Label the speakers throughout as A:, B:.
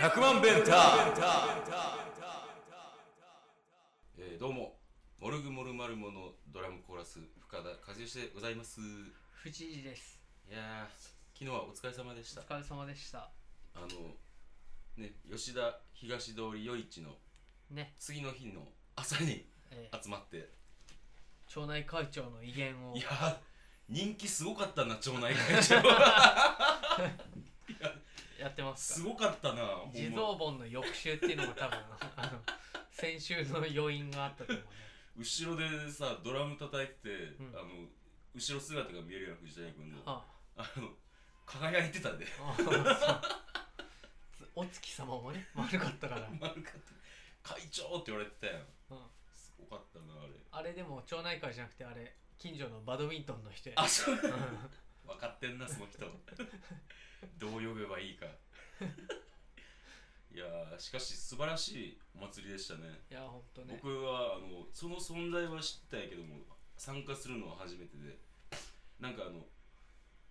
A: 100万ベンターえーどうもモルグモルマルモのドラムコーラス深田和義でございますい
B: 藤井です
A: やー昨日はお疲れ様でした
B: お疲れ様でした
A: あのね吉田東通り余市の
B: ね、
A: 次の日の朝に
B: えー
A: 集まって
B: 町内会長の威厳を
A: いやー人気すごかったな町内 会長
B: やってます
A: す
B: か
A: ごかったなほんま
B: 地蔵盆の翌週っていうのが多分あの 先週の余韻があったと思うね
A: 後ろでさドラム叩いてて、
B: うん
A: あの後ろ姿が見えるような藤谷君の
B: あ
A: あの輝いてたで
B: あそうお月様もね悪かったから、
A: 丸かった会長って言われてたやん
B: うん、
A: すごかったなあれ
B: あれでも町内会じゃなくてあれ近所のバドミントンの人や
A: あそう
B: うん
A: 分かってんなその人どう呼べばいいかいやーしかし素晴らしいお祭りでしたね
B: いやほんとね
A: 僕はあのその存在は知ったんやけども参加するのは初めてでなんかあの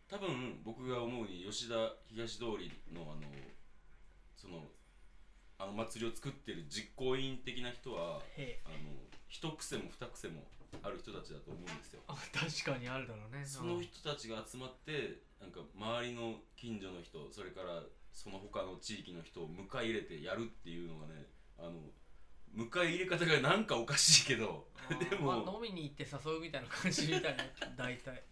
A: 多分僕が思うに吉田東通りのあのそのあの祭りを作ってる実行委員的な人は
B: へえ
A: あの一癖も二癖もある人たちだと思うんですよ
B: あ確かにあるだろうね
A: その人たちが集まってなんか周りの近所の人それからその他の地域の人を迎え入れてやるっていうのがねあの迎え入れ方がなんかおかしいけど
B: うんあー
A: でも
B: まあ、飲みに行って誘うみたいな感じみたいな大体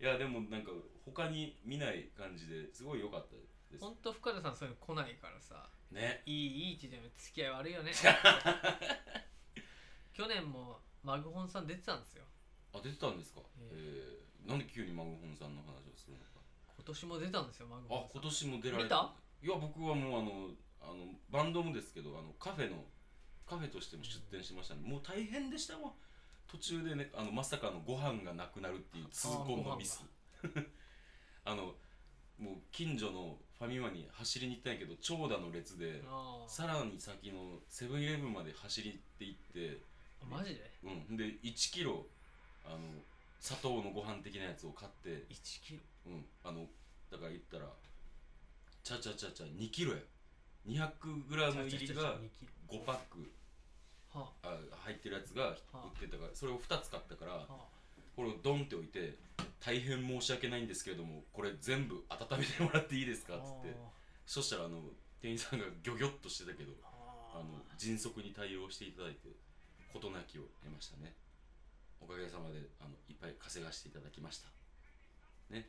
A: いやでもなんか他に見ない感じですごい良かったです
B: ほんと深田さんそういうの来ないからさ
A: ね
B: いいいい時代も付き合い悪 いよね去年もマグホンさん出てたんですよ
A: あ出てたんですか、
B: え
A: えーなんで急にマグホンさんの話をするのか
B: 今年も出たんですよマグホン
A: あ
B: さん
A: 今年も出られ
B: 見た
A: いや僕はもうあのあのバンドもですけどあのカフェのカフェとしても出店しましたね、もう大変でしたわ途中でねあのまさかのご飯がなくなるっていう痛恨のミス あのもう近所のファミマに走りに行ったんやけど長蛇の列で
B: あー
A: さらに先のセブンイレブンまで走りって行って
B: マジで
A: うんで1キロあの砂糖のご飯的なやつを買って
B: 1キロ
A: うん、あの、だから言ったら、ちゃちゃちゃちゃ2キロや。200グラム入りが
B: 2キ
A: 5パック
B: ロは
A: あ入ってるやつが
B: あ
A: 売ってたから、それを2つ買ったから
B: あ、は
A: これをドンって置いて、大変申し訳ないんですけれども、これ全部温めてもらっていいですか
B: あ
A: っつって。
B: あ
A: そしたら、あの、店員さんがギョギョッとしてたけど、
B: ー
A: あの、迅速に対応していただいて、事なきを得ましたね。おかげさまで、あの、いっぱい稼がしていただきました。ね。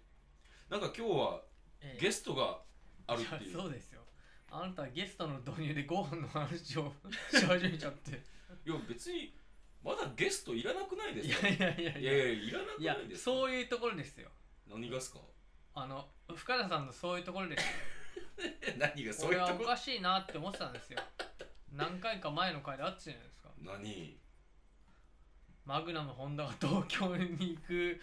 A: なんか今日は、
B: ええ
A: ゲストがあるってい
B: いうやそうですよあなたゲストの導入でご飯の話をし始めちゃって
A: いや別にまだゲストいらなくないで
B: い
A: す
B: や
A: かい
B: いやいや
A: やいやいらなく
B: いや
A: ないですか
B: そういうところですよ
A: 何がっす か
B: あの深田さんのそういうところですよ
A: 何がそうい
B: 俺
A: う
B: は
A: と
B: お
A: こ
B: かしいなって思ってたんですよ何回か前の回であったじゃないですか
A: 何
B: マグナム本田が東京に行く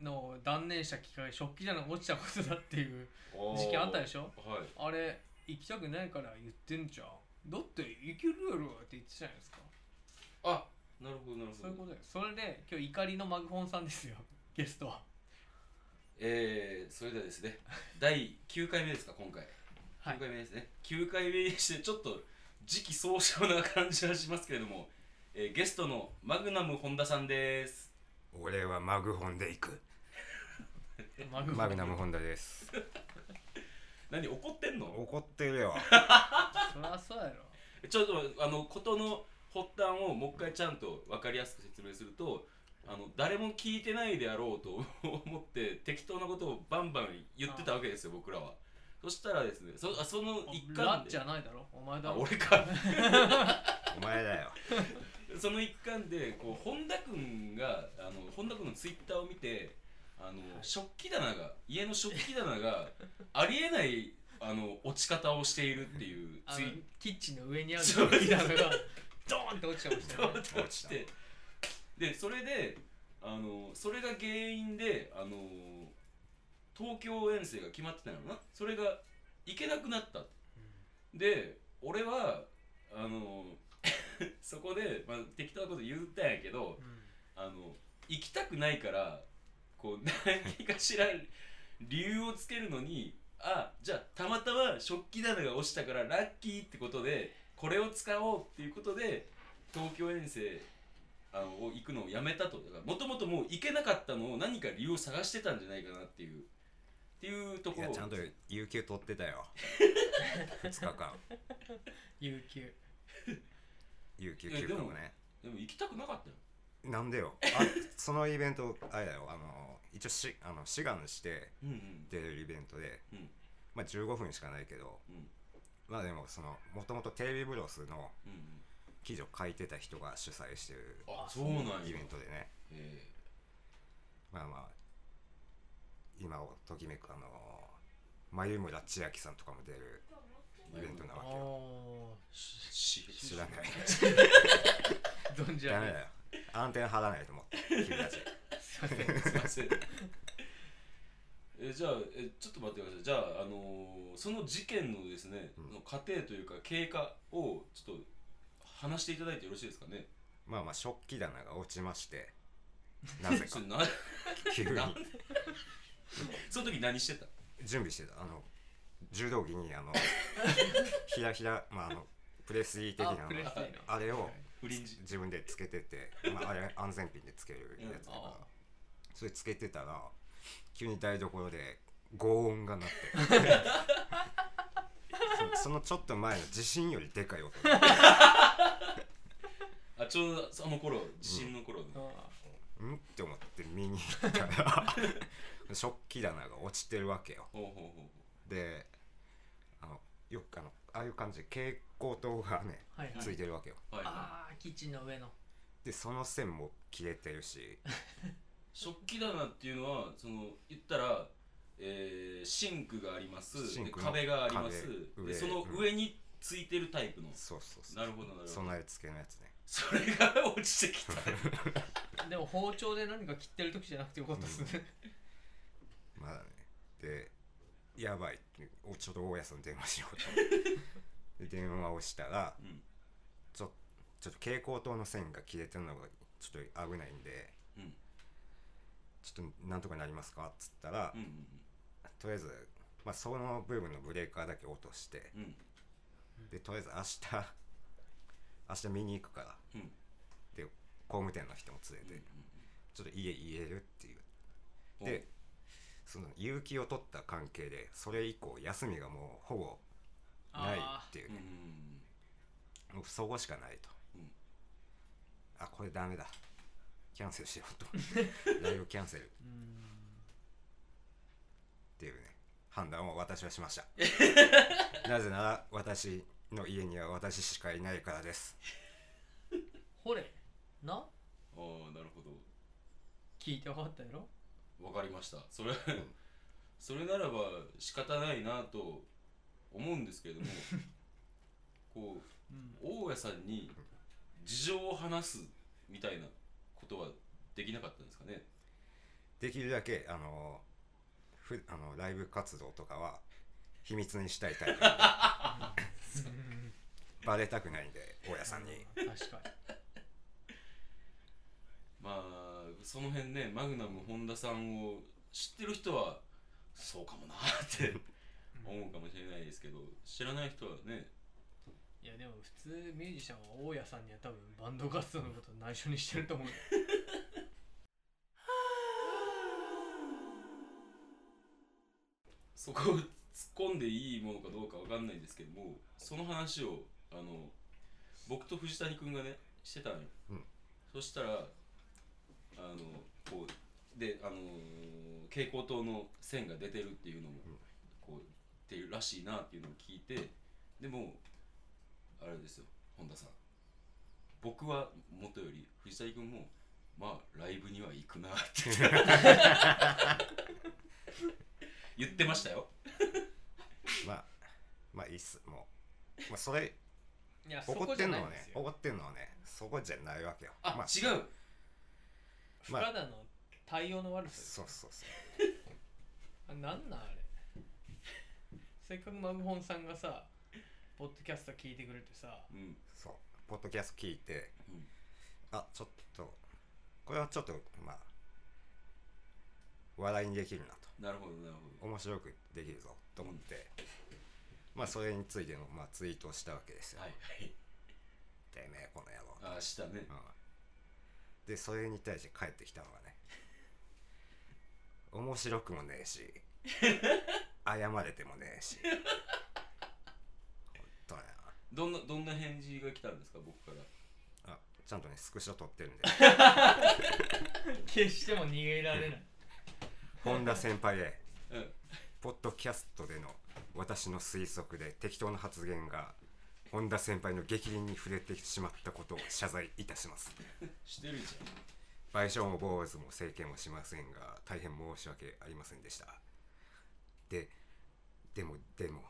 B: のを断念した機会食器棚が落ちたことだっていう事件あったで
A: し
B: しょ
A: ょはい
B: あれ行きたくないから言ってんじゃんだって行けるやろって言ってたじゃないですか
A: あなるほどなるほ
B: そ
A: ど
B: ういうことでそれで今日怒りのマグホンさんですよゲストは
A: えー、それではです ね第9回目ですか今回
B: はい
A: 9回目ですね9回目にしてちょっと時期尚早な感じはしますけれども、えーゲストのマグナム本田さんです
C: 俺はマグホンで行く
B: マグ
C: マグナムホンダです
A: 何怒ってんの
C: 怒ってるよ
B: そりゃそうやろ
A: ちょっとあのことの発端をもう一回ちゃんと分かりやすく説明するとあの誰も聞いてないであろうと 思って適当なことをバンバン言ってたわけですよ僕らはそしたらですねそあその一
B: ラ
A: 環
B: ッ
A: で
B: じゃないだろお前だ
A: あ
B: ろ
A: 俺か
C: お前だよ
A: その一環でこう本田君があの本田君のツイッターを見てあの食器棚が家の食器棚がありえないあの落ち方をしているっていう
B: あ
A: ツイ
B: のキッチンの上にある
A: そう
B: 食器棚がドーンって落ちてましたよね
A: 落ちてでそれであのそれが原因であの東京遠征が決まってたのかなそれが行けなくなったで俺はあの そこで、まあ、適当なこと言ったんやけど
B: うん
A: あの行きたくないからここう 何かしら理由をつけるのにあじゃあたまたま食器棚が落ちたからラッキーってことでこれを使おうっていうことで東京遠征あのを行くのをやめたともともともう行けなかったのを何か理由を探してたんじゃないかなっていうっていうと
C: い
A: ころ
C: や
A: を
C: ちゃんと有給取ってたよ2日間
B: 有給
C: 有給
A: いや
C: 休暇もね
A: でも行きたくなかったよ
C: なんでよあそのイベントあれだよあの一応しあの志願して
A: うんうん
C: 出るイベントで、
A: うん
C: まあ15分しかないけど
A: うん
C: まあでもそのもともとテレビブロスの
A: うんうん
C: 記事を書いてた人が主催してる
A: あそうなんや
C: イベントでね
A: え
C: まあまあ今をときめくあの眉村千秋さんとかも出るイベントな
B: あ
C: わ
B: あ
C: けよ
A: ーし
C: 知らない
B: どんじ
C: ダ
B: ゃ
C: メ
B: ね
C: だよ 暗転張らないと思って君たち
B: すいません
A: すいません。えじゃあえちょっと待ってください。じゃああのーその事件のですね、
C: うん
A: の過程というか経過をちょっと話していただいてよろしいですかね。
C: まあまあ食器棚が落ちましてなぜ
A: そ
C: か
A: れな
C: 急に
A: なんその時何してた？
C: 準備してたあの柔道着にあの ひらひらまああのプレスリー的
B: あ
C: なあ
B: プレ
C: の
B: スリーの
C: あれを
A: フリンジ。
C: 自分でつけてて、まあ、あれ安全ピンでつけるやつだか
B: うんあ
C: ら
B: あ
C: それつけてたら急に台所で轟音が鳴ってそそのちょっと前の地震よりでかい音が
A: あちょうどその頃地震の頃の。
B: あ
C: んって思って見に行った ら食器棚が落ちてるわけよ
A: ほうほうほうほ
C: であのよくあのああいう感じで蛍光灯がね
B: あはいは
C: つ
B: い
C: いてるわけよ
A: う。はいはい。
B: ああキッチンの上の
C: でその線も消えてるし
A: 食器棚っていうのはその言ったら、えーシンクがあります。
C: シン
A: で
C: クの
A: 壁があります。
C: 壁
A: で
C: 上
A: その
C: うん
A: 上についてるタイプの。
C: そうそうそう
A: なるほどなるほど。
C: 備え付けのやつね
A: それが落ちてきた
B: でも包丁で何か切ってる時じゃなくてよかったですね
C: まだね。で、やばいって、おちょっと大家さんに電話しようと。で、電話をしたら、
A: うん
C: ちょちょっと蛍光灯の線が切れてるのがちょっと危ないんで、
A: うん
C: ちょっとなんとかなりますかっつったら、
A: うん
C: とりあえず、まあ、その部分のブレーカーだけ落として、
A: うんうん
C: で、とりあえず明日、明日見に行くから、
A: うん
C: で、工務店の人も連れて、
A: うん
C: ちょっと家入れるっていう
A: うん
C: でその有給を取った関係でそれ以降休みがもうほぼない
B: あ
C: っていう
A: おうんうんうん
C: もうそこしかないと、
A: うん
C: あこれダメだキャンセルしよ うとライブキャンセルっ
B: ーうん
C: ていうね判断を私はしました なぜなら私の家には私しかいないからです
B: ほれな
A: ああなるほど
B: 聞いて分かったやろ
A: わかりましたそれ、
C: ん
A: それならば仕方ないなと思うんです けれどもこ
B: うん
A: う大家さんに事情を話すみたいなことはできなかったんですかね
C: できるだけあのふあのライブ活動とかは秘密にしたいタイプなんでバレたくないんで大家さんに
B: 確かに
A: まあその辺ねマグナム本田さんを知ってる人はそうかもなーって思うかもしれないですけど知らない人はね
B: いやでも普通ミュージシャンは大家さんには多分バンド活動のこと内緒にしてると思うよ
A: そこを突っ込んでいいものかどうかわかんないですけどもその話をあの僕と藤谷君がねしてたのよ、
C: うん
A: そしたらあのこうであの蛍光灯の線が出てるっていうのも、
C: うん
A: こうっていうらしいなっていうのを聞いてでもあれですよ本田さん僕はもとより藤谷君もまあライブには行くなって言ってましたよ
C: まあまあいいっすもう、まあ、それ
B: いやそ
C: 怒
B: こ
C: っ
B: じ
C: て
B: ゃ
C: んの
B: ない
C: は
B: んで
C: ね
B: すよ
C: 怒ってんのはねそこじゃないわけよ
A: あ、
C: まあ、
A: 違う
B: 深
C: まあ
B: 田の対応の悪さです
C: そうそうそう
B: あなんなんあれ せっかくマグホンさんがさポッドキャスト聞いてくれてさ
A: うん
C: そうポッドキャスト聞いて
A: うん
C: あちょっとこれはちょっとまあ笑いにできるなと
A: なるほどなるほど
C: 面白くできるぞと思って、まあそれについての、まあ、ツイートをしたわけですよ、
A: はいはい
C: てめえこの野郎
A: ああしたね
C: うんでそれに対して帰ってきたのがね面白くもねえし謝れてもねえし本当だよ
A: どんなどんな返事が来たんですか僕から
C: あちゃんとねスクショ撮ってるんで
B: 決しても逃げられない
C: 本田先輩へ
A: うん
C: ポッドキャストでの私の推測で適当な発言が本田先輩の激鱗に触れてしまったことを謝罪いたします
A: してるじ
C: 賠償も坊主も政権もしませんが大変申し訳ありませんでしたででもでも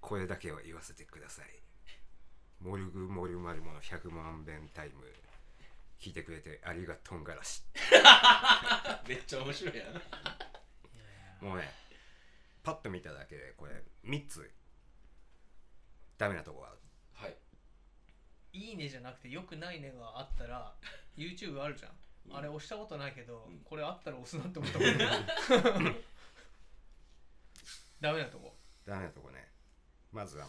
C: これだけは言わせてくださいモルグモルマルモの100万遍タイム聞いてくれてありがとんがらし
A: ゃんめっちゃ面白 いやん
C: もうねパッと見ただけでこれ3つダメなとこがある
A: はい
B: いいねじゃなくてよくないねがあったら YouTube あるじゃん、
A: うん
B: あれ押したことないけど、
A: うん
B: これあったら押すなって思った ことないダメなとこ
C: ダメなとこねまずあの、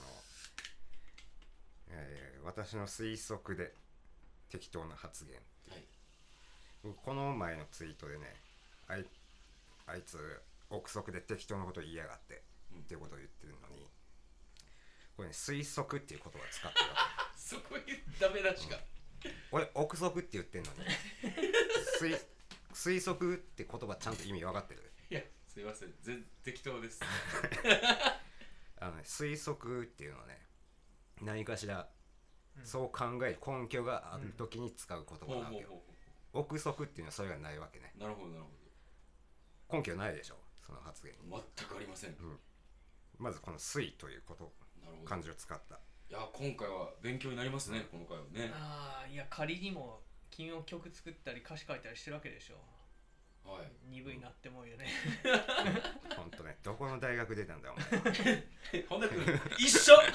C: えー私の推測で適当な発言
A: はい
C: 僕この前のツイートでねあいあいつ憶測で適当なこと言いやがって
A: うん
C: っていうことを言ってるのにこれね推測っていう言葉を使ってるわ
A: そこにダメ出しが
C: け俺憶測って言ってんのに推推測って言葉ちゃんと意味分かってる
A: いやすいません全適当です
C: あの、ね、推測っていうのはね何かしら
B: うん
C: そう考える根拠がある時に使う言
A: ほう
C: 葉
A: ほう
C: なわ
A: ほう
C: けよ、
A: ほ
C: 憶測っていうのはそれがないわけね
A: うなるほどなる
C: 根拠ないでしょその発言に
A: ほど全くありませんなる
C: まずこの「推」ということ
A: ほど
C: 漢字を使った
A: いや今回は勉強になりますねこの回はね
B: ああいや仮にも君を曲作ったり歌詞書いたりしてるわけでしょ
A: はい
B: 鈍いなって思うよね、
C: ほんとね、どこの大学出たんだよ、
A: え本田君一緒
C: お前。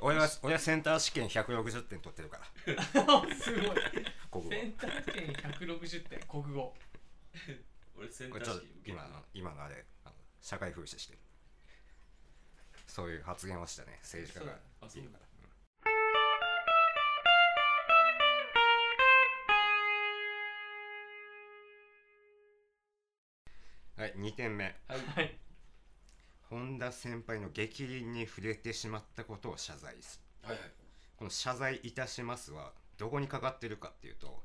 C: 俺は、俺はセンター試験160点取ってるから、
B: すごい
C: 国語。
B: センター点160点国語
A: 俺センタ
C: これ
A: ー
C: ちょっと
A: 試験受け
C: 今
A: た
C: の
A: な、
C: 今のあれ、あの社会風刺してる。そういう発言をしたね、政治家が
A: あそ
C: いうるから。うんはい、2点目
A: はい
B: はい
C: 本田先輩の激鱗に触れてしまったことを謝罪する
A: はいはい
C: この謝罪いたしますはどこにかかってるかっていうと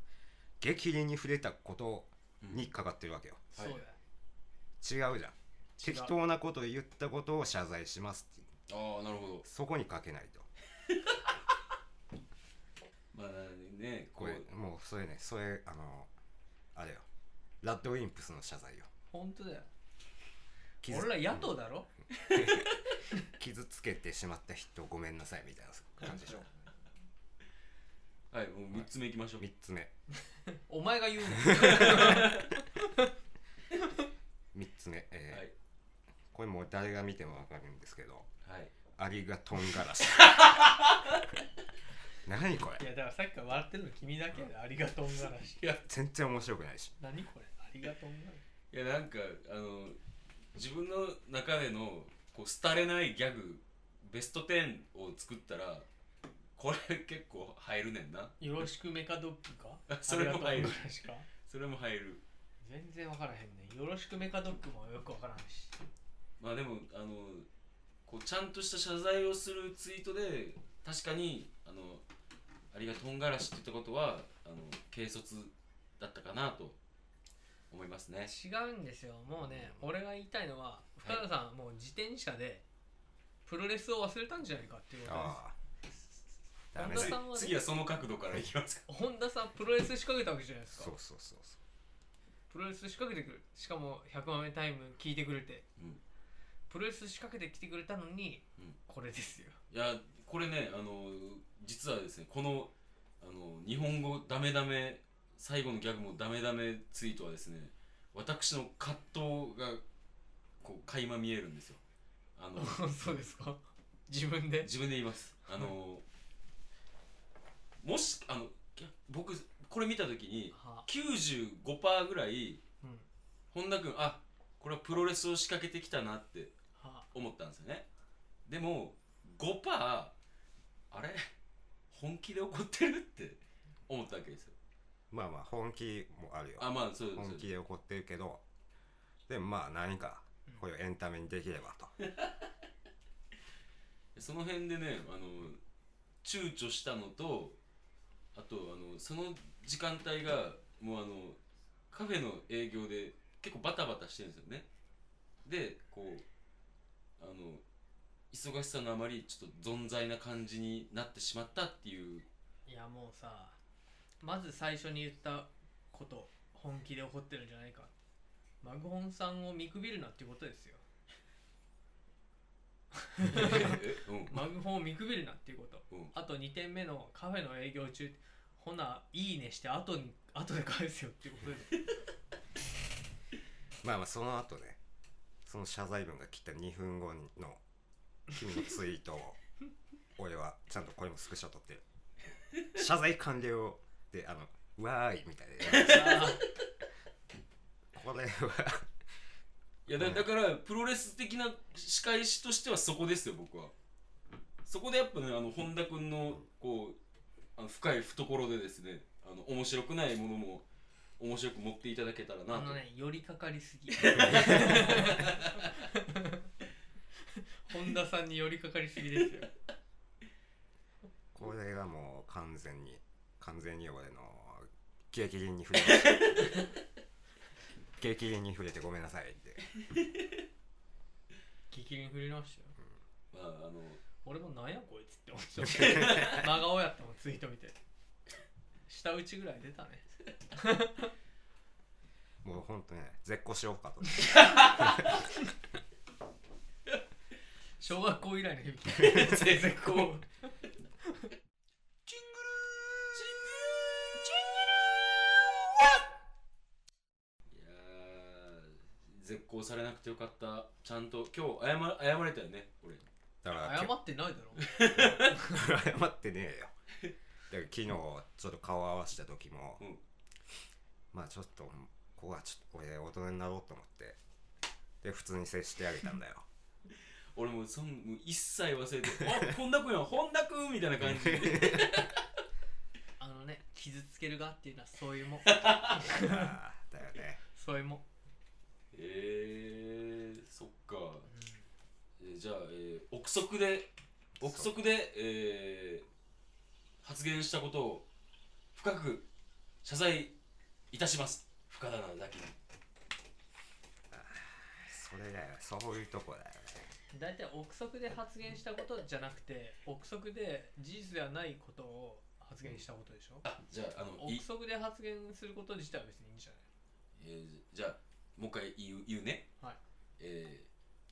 C: 激鱗に触れたこと
A: うん
C: にかかってるわけよ、
B: そうだよ
C: 違うじゃん適当なことを言ったことを謝罪しますっていう
A: ああなるほど
C: そこにかけないと
A: まあね
C: こ
A: こ
C: れ
A: う
C: もうそれねそれあのあれよラッドウィンプスの謝罪よ
B: 本当だよ
C: 傷
B: 俺ら野党だろ
C: 傷つけてしまった人ごめんなさいみたいな感じでしょ
A: はいもう三つ目いきましょう
C: 3つ目
B: お前が言う の
C: 3つ目、えー
A: はい
C: これもう誰が見てもわかるんですけど
A: はい
C: ありがとんがらし何こ
B: い
C: れ
B: やだからさっきから笑ってるの君だけやでありがとうがらし
A: いや
C: 全然面白くないし
B: 何これありがとうがらし
A: いやなんかあの自分の中でのこう廃れないギャグベスト10を作ったらこれ結構入るねんな
B: よろしくメカドッグか
A: それも入る
B: ありがとうございますか
A: それも入る
B: 全然分からへんねよろしくメカドッグもよく分からんし
A: まあでもあのこうちゃんとした謝罪をするツイートで確かにあのありがとんがらしって言ったことはあの軽率だったかなと思いますね
B: 違うんですよもうね俺が言いたいのは深田さん、もう自転車でプロレスを忘れたんじゃないかっていうことで
C: あ
B: す
C: あダメだ
B: 本田さ
C: よ
B: んはね
A: 次はその角度からいきますか
B: 本田さんプロレス仕掛けたわけじゃないですか
C: そうそうそうそ
B: プロレス仕掛けてくるしかも100万目タイム聞いてくれて、
A: うん
B: プロレス仕掛けてきてくれたのに、
A: うん
B: これですよ
A: いやこれねあの実はですねこのあの日本語ダメダメ最後のギャグもダメダメツイートはですね私の葛藤がこう垣間見えるんですよあ の
B: そうですか自分で
A: 自分で言いますあのもしあのいや僕これ見た時に
B: は、
A: 95%ぐらい
B: うん、
A: 本田君あこれはプロレスを仕掛けてきたなって
B: は
A: 思ったんですよねでも5%あれ本気で怒ってるって思ったわけですよ
C: まあまあ本気もあるよ
A: あまあそうです
C: 本
A: そう
C: 気
A: です
C: で怒ってるけどでもまあ何か
B: うん
C: これをエンタメにできればと、
A: その辺でねあの躊躇したのとあとあのその時間帯がもうあのカフェの営業で結構バタバタしてるんですよねでこうあの忙しさのあまりちょっと存在な感じになってしまったっていう
B: いやもうさまず最初に言ったこと本気で怒ってるんじゃないかマグホンさんを見くびるなっていうことですよ
A: え
B: マグホンを見くびるなっていうこと
A: うんうん
B: あと2点目のカフェの営業中ほな「いいね」して後に後で返すよっていうこと です
C: まあまあその後ねその謝罪文が来た2分後の君のツイートを 俺はちゃんとこれもスクショ撮ってる謝罪完了であの「わーい」みたいな
B: あー
C: これはい
A: やだだからプロレス的な仕返しとしてはそこですよ僕はそこでやっぱねあの本田君のこうあの深い懐でですねあの面白くないものも面白く持っていただけたらな
B: あ
A: と
B: のね寄りかかりす ぎ本田さんに寄りかかりすぎですよ
C: これがもう完全に完全に俺の激励に触れました激励に触れてごめんなさいって
B: 激励に触れましたよ
A: まああの
B: 俺もなんやこいつって思 ってた真顔やったもんツイート見て舌打ちぐらい出たね
C: もうほんとね絶好しようかと
B: 小学校以来の響き
A: 絶好いやー絶好されなくてよかったちゃんと今日謝ら謝れたよね俺
C: だから
B: 謝ってないだろ
C: 謝ってねえよだから昨日ちょっと顔合わせた時も、
A: うん
C: まあちょっとここはちょっと俺大人になろうと思ってで普通に接してあげたんだよ
A: 俺もうそんもう一切忘れて「あ本田君や本田君!」みたいな感じで
B: あのね傷つけるがっていうのはそういうもん
C: ああだよね
B: そういうもん、
A: えー、そっか、
B: うん
A: えーじゃあ、えー、憶測で憶測で、えー、発言したことを深く謝罪いたします深田なだけに
C: それだよそういうとこだよね
B: 大体憶測で発言したことじゃなくて憶測で事実ではないことを発言したことでしょ
A: あじゃああのい
B: 憶、測で発言すること自体は別にいいんじゃ
A: えーじゃあもう一回言う言うね、
B: はい
A: え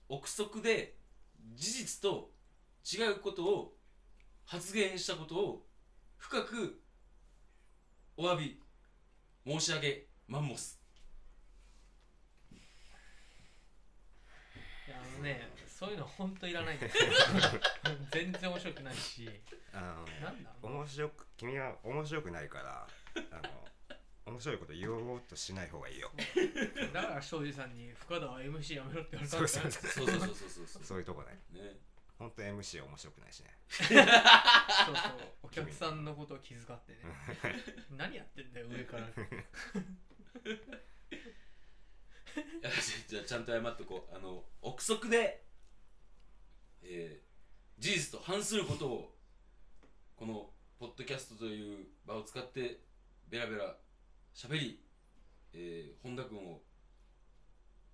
A: ー、憶測で事実と違うことを発言したことを深くお詫び申し上げマンモス
B: ないいやあのねそういうのほんといらないん ですよ全然面白くないし
C: あのね
B: なんだ
C: 面白く君は面白くないからあの面白いこと言おうとしない方がいいよ
B: だから庄司さんに深田は MC やめろって言われたん
C: そう
B: です
C: そ
B: よ
C: うそう
A: そうそうそうそうそうそ
C: そういうとこね
A: うね
C: ほんと MC 面白くないしね
B: そうそうお客さんのことを気遣ってね 何やってんだよ上から
A: いや じゃあちゃんと謝っとこうあの憶測で、えー事実と反することをこのポッドキャストという場を使ってベラベラ喋り、えー本田君を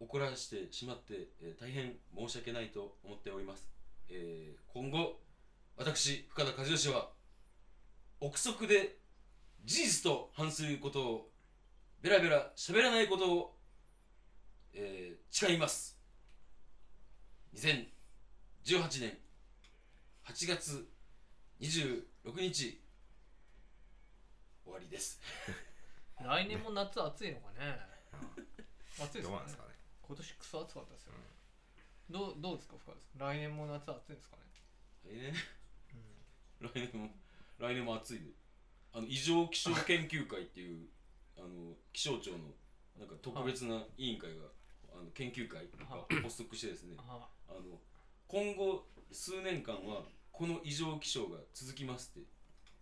A: 怒らせてしまって、えー大変申し訳ないと思っております、えー今後私深田和義は憶測で事実と反することをベラベラ喋らないことをえー、誓います2018年8月26日終わりです
B: 来年も夏暑いのかね暑いです
C: どう
B: か,、ね
C: なん、ですかね
B: 今年クソ暑かったですよね、どうどうですか深田さん来年も夏暑いんですかね、
A: 来年来年も来 年も暑いであの異常気象研究会っていうあの気象庁のなんか特別な委員会が、あの研究会が発足してですね
B: は
A: あの今後数年間はこの異常気象が続きますって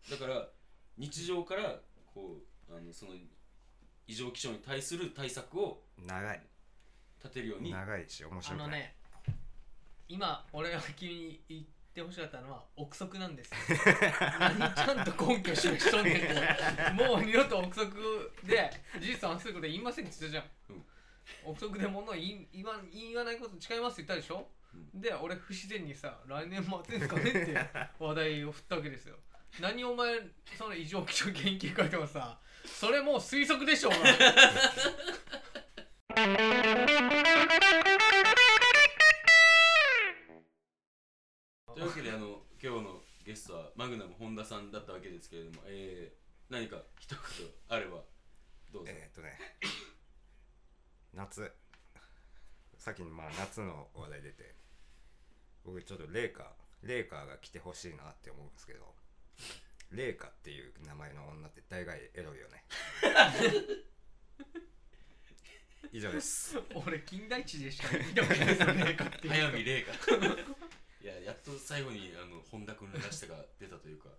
A: だから日常からこうあのその異常気象に対する対策を
C: 長い
A: 立てるように
C: 長いし面
B: あ
C: 白くな
B: の
C: い、
B: ね今俺が君に言ってほしかったのは憶測なん ですよ何ちゃんと根拠示しとんねんってもう二度と憶測で事実を話すこと言いませんって言ったじゃん、憶測で物を言い言わ言わないこと誓いますって言ったでしょ、で俺不自然にさ来年待ってんすかねって話題を振ったわけですよ何お前その異常気象研究会とかさそれもう推測でしょお前
A: というわけであの今日のゲストはマグナム本田さんだったわけですけれども、えー、何か一言あればどうぞ、
C: えーっとね夏さっきまあ夏の話題出て僕ちょっとレイカーレイカーが来てほしいなって思うんですけどレイカっていう名前の女って大概エロいよ ね以上です
B: 俺金田一でしか見たことないですよねかっていう
A: 早見玲香 いややっと最後にあの本田君らしさが出たというか、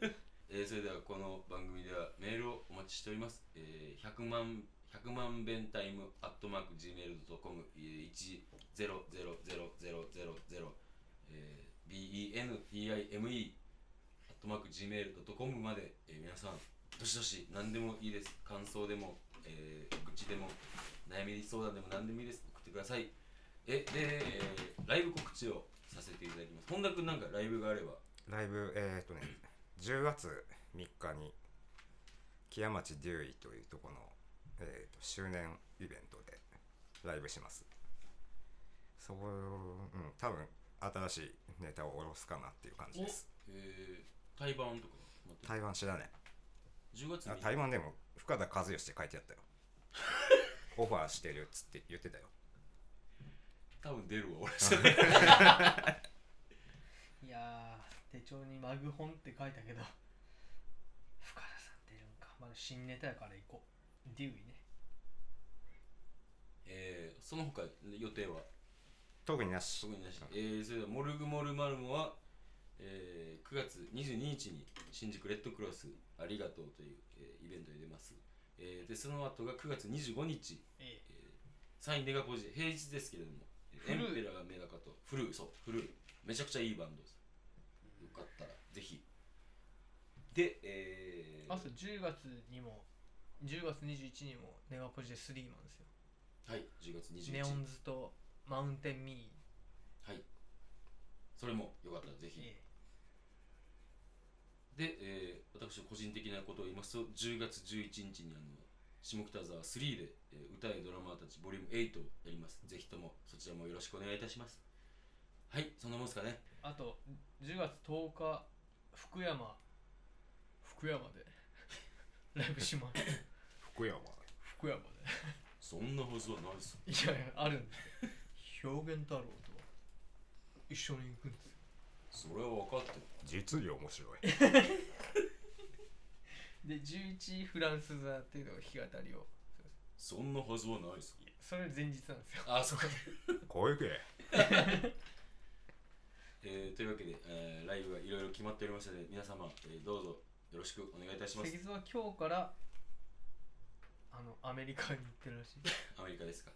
A: えーそれではこの番組ではメールをお待ちしております、えー100万100万弁タイムアットマーク Gmail.com 1000000、えー、BENTIME アットマーク Gmail.com まで、えー皆さんどしどし何でもいいです感想でも、えー愚痴でも悩み相談でも何でもいいです送ってくださいえで、えーライブ告知をさせていただきます本田君なんかライブがあれば
C: ライブえーっとね10月3日に木屋町デューイというとこの、えー、と周年イベントでライブしますそう、うん、多分新しいネタを下ろすかなっていう感じです
A: えー、台湾とか待って
C: 台湾知らね
A: 10月
C: えあ
A: に
C: 台湾でも深田和義って書いてあったよオファーしてるっつって言ってたよ
A: 多分出るわ俺それ
B: いやー手帳にマグ本って書いたけど深田さん出るんかまだ新ネタやから行こうデューイね
A: えーその他予定は
C: 特になし
A: すごいなし、えーそれではモルグモルマルモは、えー9月22日に新宿レッドクロスありがとうという、えーイベントに出ます、えーでその後が9月25日
B: え
A: えーサインネガポジ平日ですけれども
B: フ
A: エン
B: ルー
A: ペラーメダカとフルーそうフルーめちゃくちゃいいバンドですよかったらぜひでえー、
B: あと10月にも10月21日にもネガポジでスリーマンですよ
A: はい10月21日
B: ネオンズとマウンテンミ
A: はいそれもよかったらぜ
B: ー、
A: ひ、
B: え
A: で、えー私個人的なことを言いますと10月11日にあの下北沢3で、えー歌やドラマーたちボリューム8をやりますぜひともそちらもよろしくお願いいたしますはいそんなもんですかね
B: あと10月10日福山福山でライブします
C: 福山
B: 福山で
A: そんなはずはないです
B: いやいやあるんですよ表現太郎と一緒に行くんですよ
A: それは分かってる
C: 実に面白い
B: で11フランス座っていうのが日当たりを
A: そんなはずはないです
B: それ前日なんですよ
A: あそうか、
C: 小池
A: えーというわけで、えーライブがいろいろ決まっておりますので皆様、えーどうぞよろしくお願いいたします
B: 関津は今日からあのアメリカに行ってるらしい
A: アメリカですか、
B: ん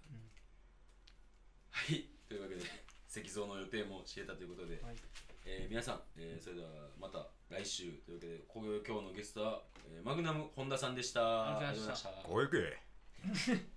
A: はいというわけで石像の予定も知れたということで、
B: はい
A: えー皆さん、えーそれではまた来週というわけでこういう今日のゲストは、えーマグナム本田さんでした
B: ありがとうございました
A: ありがとうございました
C: 小池